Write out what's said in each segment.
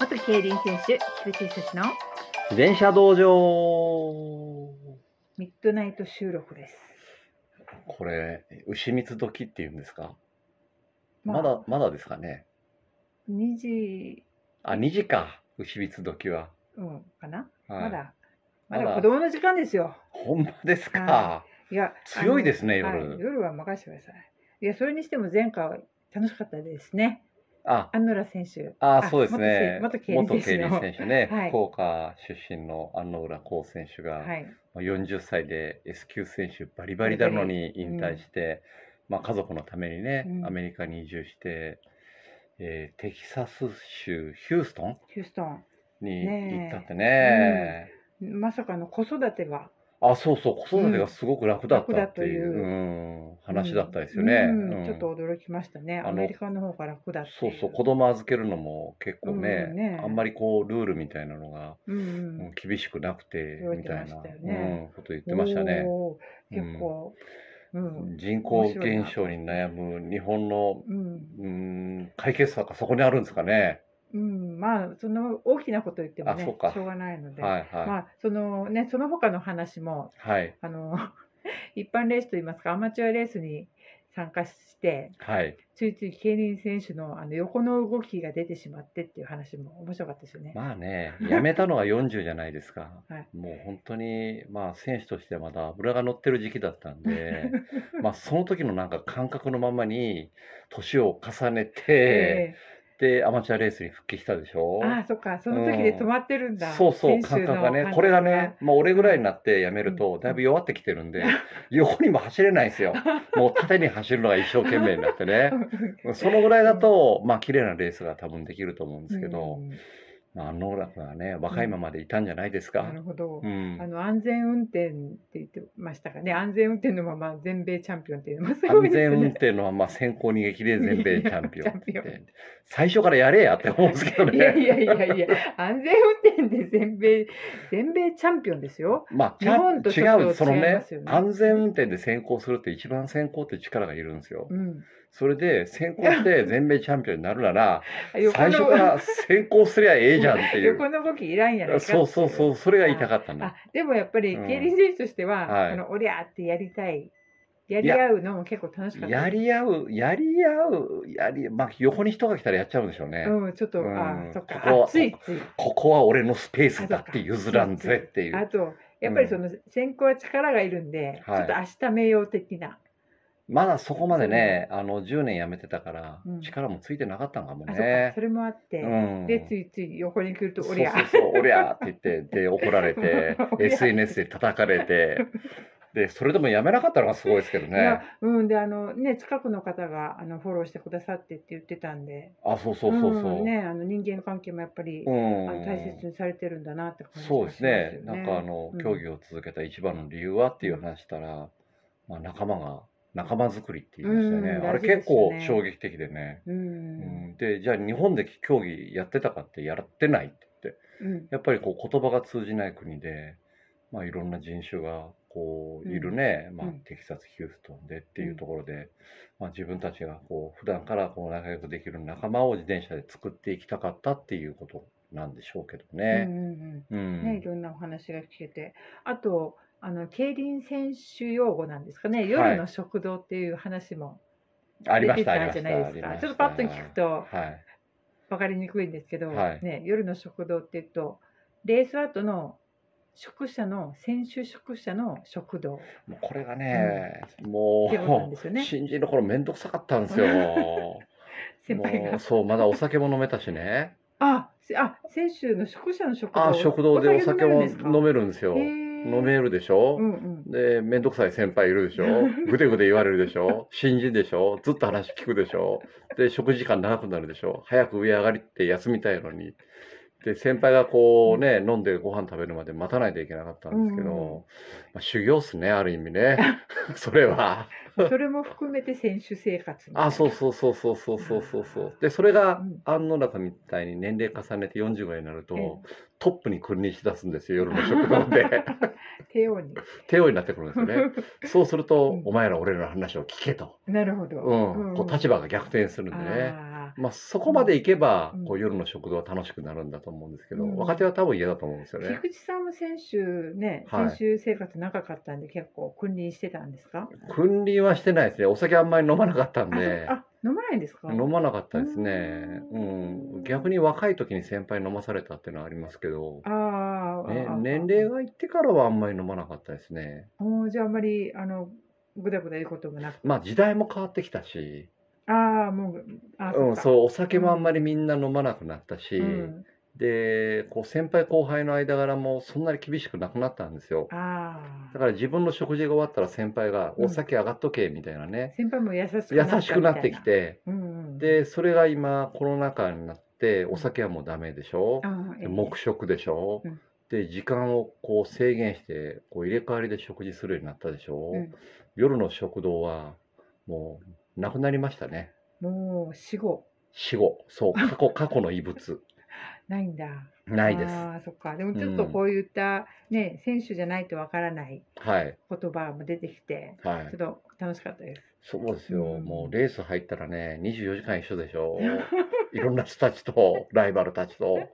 元競輪選手菊池久志の自転車道場ミッドナイト収録です。これ牛蜜時っていうんですか、ままあだまだですかね2時、あ2時か牛蜜時は、うん、かな、はいまだままだだ子供の時間ですよ。ほんまですか、はいいや強いですねあの夜、はい夜は任せてください。いやそれにしても前回は楽しかったですね。あ安野良選手。あそうですね元選元競輪選手の。選手ね、 はい福岡出身の安野浦光選手が、はい。まあ40歳で S 級選手バリバリなのにリ引退して、まあ、家族のためにね、うんアメリカに移住して、えーテキサス州ヒューストンヒューストン。にねえ行ったってねまさかの子育てはあそうそう子育てがすごく楽だったっていう,、ううん話だったですよね、うんうんちょっと驚きましたね。あのアメリカの方から楽だってそういそう子供預けるのも結構ね,、うんねあんまりこうルールみたいなのが、うんううんん、厳しくなくて言われみてたまいしな、たよねうん、こと言ってましたね。おー結構、うん、人口減少に悩む日本のうん、うーん解決策がそこにあるんですかね。うん、まあその大きなこと言ってもねあそうかしょうがないので、はいはい、まあそのねその他の話もはいあの 一般レースといいますかアマチュアレースに参加してはい。ついつい競輪選手のあの横の動きが出てしまってっていう話も面白かったですよね。ま あね、やめたのは40じゃないですか。はいもう本当にまあ選手としてまだ脂が乗ってる時期だった んで、まあその時のなんか感覚のままに年を重ねて、えでアマチュアレースに復帰したでしょ。ああそっかその時で止まってるんだ、そうそう選感手の覚がねこれが ねまあ俺ぐらいになってやめるうとんだいぶ弱ってきてるんで横にも走れないんで すよもう縦に走るのが一生懸命になってね感覚がそのぐらいだと、まあ綺麗なレースが多分できると思うんですけうど、んまあ、あの浦君はね、若いままでいたんじゃないですかな。るほど、 うんあ、の安全運転って言ってましたかね安全運転のまま全米チャンピオンっていうのもすご安いですね全運転のまま先行逃げ切れ全米チャ ンピオンっチャンピオて、最初からやれやって思うんですけどね。いやいやいやいや、安全運転で全米、全米チャンピオンですよ。まあ、日本とちちょゃっと違う、その違いまねすよね安全運転で先行するって一番先行って力がいるんですよ。うん。それで先行して全米チャンピオンになるなら、横の最初から先行すりゃええじゃんっていう。横の動きいらんやないかってい。そうそうそうう、それが言いたかったのあ。、でもやっぱりうん競輪選手としては、はいあの、おりゃーってやりたい。やり合うのも結構楽しかった。やり合う、やり合う、やり、まあ、横に人が来たらやっちゃうんでしょうね。うん、ちょっと、うんあ、そっここか、はあついつい。ここは俺のスペースだって譲らんぜっていあう。と、やっぱりその先行は力がいるんで、はいちょっと明日名誉的な。まだそこまでね、あの10年やめてたからうん、力もついてなかったんかもあ、そっか、ねそ。れもあって。うんで、ついつい横に来ると、おりゃそうー。そうそう、おりゃーって言って、で、怒られてお、りゃー SNS で叩かれて、で、それでもやめなかったのがすごいですけどいやね。うんであのね近くの方があのフォローしてくださってって言ってたんであ、そうそうそうそんう。ね、あの人間関係もやっぱり、うんあの大切にされてるんだなって感じがしそうですね。ますよなんかあの、うん競技を続けた一番の理由はっていう話したら、まあ仲間が仲間作りって言いましたよね。うんあれ大事で結すよ構ね衝撃的でね。ううんんでじゃあ日本で競技やってたかってやってないって言っうてんやっぱりこう言葉が通じない国で、まあ、いろんな人種がこういるね、まあうん、テキサス・ヒューストンでっていうところで、まあ、自分たちがこう普段からこう仲良くできる仲間を自転車で作っていきたかったっていうことなんでしょうけどうんね。うんううんんねいろんなお話が聞けてあとあの競輪選手用語なんですかね夜の食堂っていう話もあり出まてした、ありたまじゃしないた。ですかちょっとパッと聞くとはい。分かりにくいんですけど、はいね、夜の食堂っていうとレース後の宿舎の選手宿舎の食堂もうこれがね、ってことなんもですよう、ね新人の頃めんどくさかったんですよ。 先輩もがうそう、まだお酒も飲めたし ね。あ、せあ、選手の食者の食堂。あ食堂でお酒も飲るんめるんですよ。ですか。飲める。るでしょう、んうん。で、めんどくさい先輩い るでしょぐでぐで言われるでしょ新人でしょずっと話聞くでしょで、食事時間長くなるでしょ早く上上がりって休みたいのに。で、先輩がこうね、飲んでご飯食べるまで待たないといけなかったんですけど、うんうんまあ、修行っすね、ある意味 ね。それは。それも含めて選手生活みたいな。あ、そうそうそうそうそうそうそうそう。で、それがうん、あの中みたいに年齢重ねて40ぐらいになると、ええトップに君臨しだすんですよ、夜の食堂 で。帝王に。手をになってくるんですよね。そうすると、うんお前ら俺らの話を聞けと、 なるほど。うんこう立場場が逆転するんであね。か。まあ、そこまでいけば、うんこう夜の食堂は楽しくなるんだと思うんですけど、うん若手は多分嫌だと思うんですよね。菊池さんも先週ね、はい先週生活長かったんで結構君臨してたんですか、君臨はしてないですね。お酒あんまり飲まなかったんあ で、あ飲まないんですか飲まなかったですね。ううんん、逆に若い時に先輩に飲まされたっていうのはありますけど、あーねあ、年齢がいってからはあんまり飲まなかったですね。おじゃああんまりあのぐだぐだ言うこともなくまあ時代も変わってきたし、ああもうあうん、うそうお酒もあんまりみんな飲まなくなったし、かうん、でこう先輩後輩の間柄もそんなに厳しくなくなったんですよ。あだあから自分の食事が終わったら先輩が「うんお酒上がっとけ」みたいなね、先輩も優しくなった優しくなってきみてたいな、うんうん、でそれが今コロナ禍になってお酒はもうダメでしょあ、ーえで黙食でしょ、うんで時間をこう制限してこう入れ替わりで食事するようになったでしょ、うん夜の食堂はもうなくなりましたねもう死後死後そう過去過去の遺物ないんだないですああそっかでもちょっとこういった、ね選手じゃないとわからないはい言葉も出てきてはちょっいと楽しかったです。そうですよ、うんもうレース入ったらね24時間一緒でし ょいろんな人たちとライバルたちと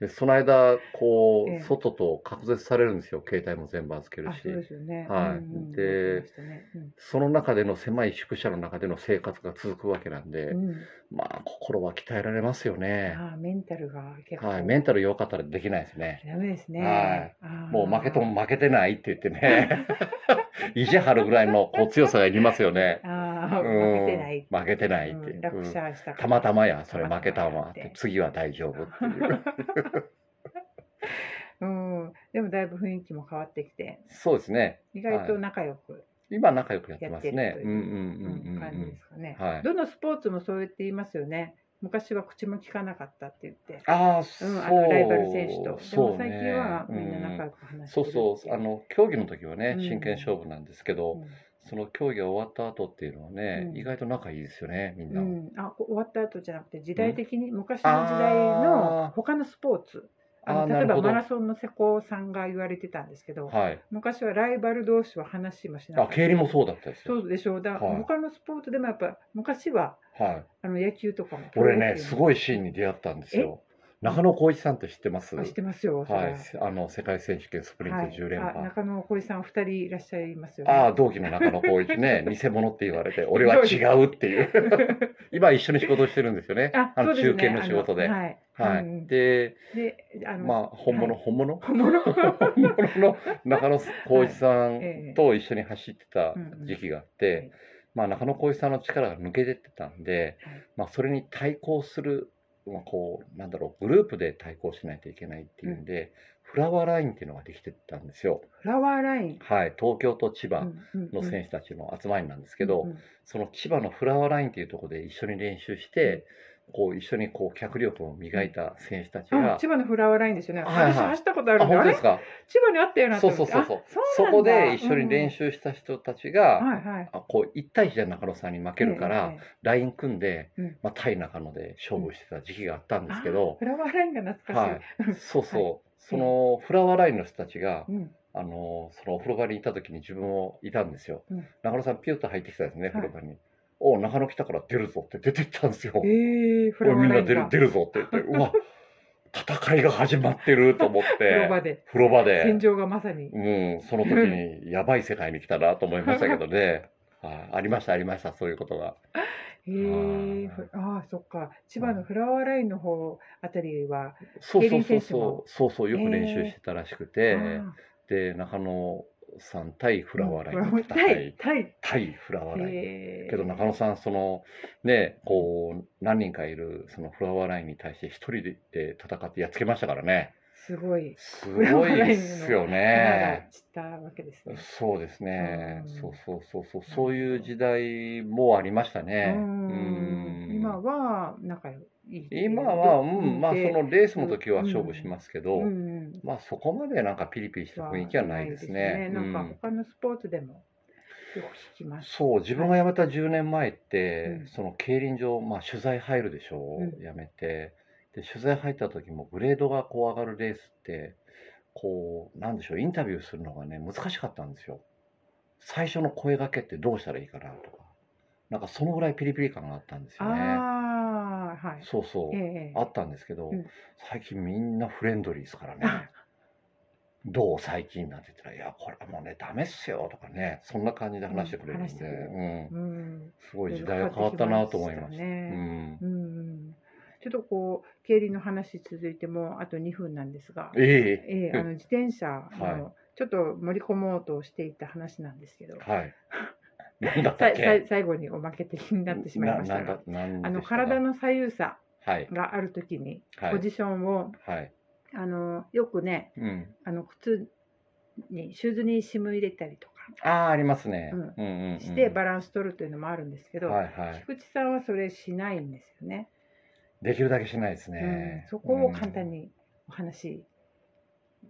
でその間こう、ええ外と隔絶されるんですよ携帯も全部預けるあしそうですよね。はいうんうんでやってましたねうんその中での狭い宿舎の中での生活が続くわけなんで、うん、まあ心は鍛えられますよね。ああメンタルが結構、はい、メンタル弱かったらできないですね。ダメですね。はいあーもう負けとも負けてないって言っ てね、意地張るぐらいのこう強さがいりますよね。あうあ ん負けてない。負けてないって。うん落うん車したから、たまたまや、それ負けたたまたまわやっってて、次は大丈夫っていう。うん。でもだいぶ雰囲気も変わってきて、そうですね。意外と仲良く、今仲良くやってますね。うんうんうんうんうん感じでうすかね、ん。はい。どのスポーツもそうやって言いますよね。昔は口も聞かなかったって言って、ああ、そうう。ん、あのライバル選手と。でそもう最ね近はみんなうん仲良く話してそるうそう、あの、の競技の時はね、うん真剣勝負なんですけど、うその競技が終わった後っていうのはね、うん意外と仲いいですよね、みんんうな。ん、あこ終わった後じゃなくて時代的に、昔の時代のあー他のスポーツああのあ、な例えるばほど。マラはソンの瀬古さんが言われてたんですけど、い。昔はライバル同士は話もしなかあ、った競輪もそうだったですよ。そうでしょうだ、はい他のスポーツでもやっぱ昔ははい。あの野球とかも俺ね、すいごいシーンに出会ったんですよ。中野浩一さんって知ってます知ってますよそれはい。あの、世界選手権スプリント10連はいあ覇。中野浩一さん二人いらっしゃいますよねああ、同期の中野浩一ね、偽物って言われて、俺は違うっ ていう。今一緒に仕事してるんですよね。 ああそのうです中ね継の仕事あで。のははい、うい。んで、であの、まあ、本物、本 物本物 本物の中野浩一さ ええんと一緒に走ってたうんうん時期があっはいて、まあ、中野浩一さんの力が抜けてってたんではい、まあ、それに対抗する、まあ、こうなんだろうグループで対抗しないといけないっていうんで、フラワーラインっていうのができてたんですよ。フラワーラインはい、東京と千葉のの選手手たちの集まりなんですけど、その千葉のフラワーラインっていうところで一緒に練習して、こう一緒にこう脚力を磨いた選手たちが、千葉のフラワーラインですよね、はいはい私走ったことあるあんで本あ当れですか千葉にあったよなとそ思っうそてうそうそうあそこで一緒に習練習した人たちが、はいはい。あこう1対1で中野さんに負けるからええ、え LINE 組んで、うんまあ、対中野で勝負してた時期があったんえですけあど、フラワーラインが懐かしい。はいそうそう、そのフラワーラインの人たちが、うん、あのそのお風呂場にいた時に自分もいたんですよ、うん中野さんピュッと入ってきたんですね、い風呂場に。お中野来たから出るぞって出てったんですよ。おいええフラワみーんライなン出がる出るぞって言って、うわ、戦いが始まってると思って、 風呂場で風呂場で戦場がまさに。うん、その時にやばい世界に来たなと思いましたけど ね。はい、ありました、ありました、そういうことが。ええふああそっか千葉のフラワーラインの方あたりは、そうそ競う輪そう選手もそう、そうそう、よく練習してたらしくて、あで、中野さん対フあラワーラインフラのワーライン対タイ対フラワータライイン。ええけど中野さん、そのね、こう、何人かいるそのフラワーラインに対して一人でえー戦ってやっつけましたからね。すごいすごいですよ花がね。散ったわけですね。そうですねう。んそうそうそうそう、そういう時代もありましたね。うんうん今は仲良い今は、うん、まあそでのレースの時は勝負しますけど、うんうんまあそこまでなんかピリピリした雰囲気はないですね。なうんかん他のスポーツでもよく聞きます。そう自分が辞めた10年前って、うんその競輪場、まあ、取材入るでしょう、うん辞めてで取材入った時もグレードがこう上がるレースってこうなんでしょうインタビューするのがね難しかったんですよ最初の声がけってどうしたらいいかなとかなんかそのぐらいピリピリ感があったんですよねああ、ね。そうそう、ええあったんですけど、うん最近みんなフレンドリーですからね あどう最近なんて言ったら「いやこれはもうねダメっすよ」とかねそんな感じで話してくれるんうん話しで、てくれるうんうん。すごい時代が変わったなと思いました。うね。ん、うん。ちょっとこう競輪の話続いてもあと2分なんですが、ええええあの自転車はのちょっと盛り込もうとしていた話なんですけど、 はい。なんだったさっいけさい最後におまけ的になってしまいましたなながん、だなんであのしたか体の左右差はいがあるときにはポいジションを、はい。あのよくねうん。あの靴にシューズにシム入れたりとかああありますね。ううんんうんうん。してバランス取るというのもあるんですけど、はいはい。菊池さんはそれしないんですよね。できるだけしないですうんね。、そこを簡単にお話し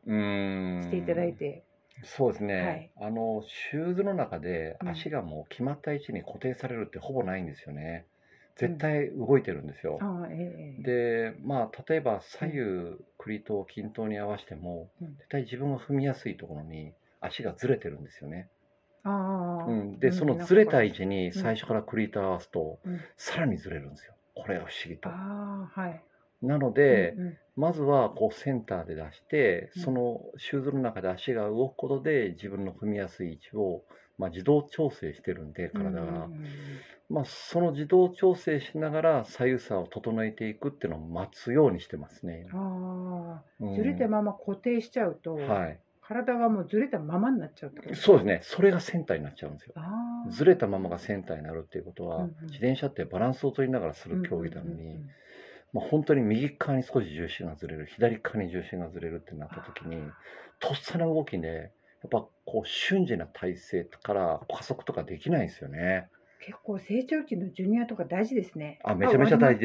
うんしていただい。て、うんそうですはねい。あのシューズの中でうん足がもう決まった位置に固定されるってほぼないんですよね。絶対動いてるんですよ。ああええええでまあ例えば左右クリと均等に合わせても、うん絶対自分が踏みやすいところに足がずれてるんですよね。ああ、うん、でうんそのずれた位置にんか最初からクリーター合わすと、うんさらにずれるんですよ。これが不思議と。ああはい。なので、うんうんまずはこうセンターで出して、うんそのシューズの中で足が動くことで自分の踏みやすい位置を、まあ、自動調整してるんで体うが、んうんうんまあ、その自動調整しながら左右差を整えていくっていうのを待つようにしてますね。あうあんずれたまま固定しちゃうと、はい、体がもうずれたままになっちゃうってことそうですね、それがセンターになっちゃうんですよ。ああずれたままがセンターになるっていうことは、うんうん自転車ってバランスを取りながらする競技なのに、うんうんうんうんまあ、本当に右側に少し重心がずれる、左側に重心がずれるってなった時に、とっさの動きで、やっぱこう瞬時な体勢から加速とかできないんですよね。結構成長期のジュニアとか大事ですね。あ、めちゃめちゃ大事。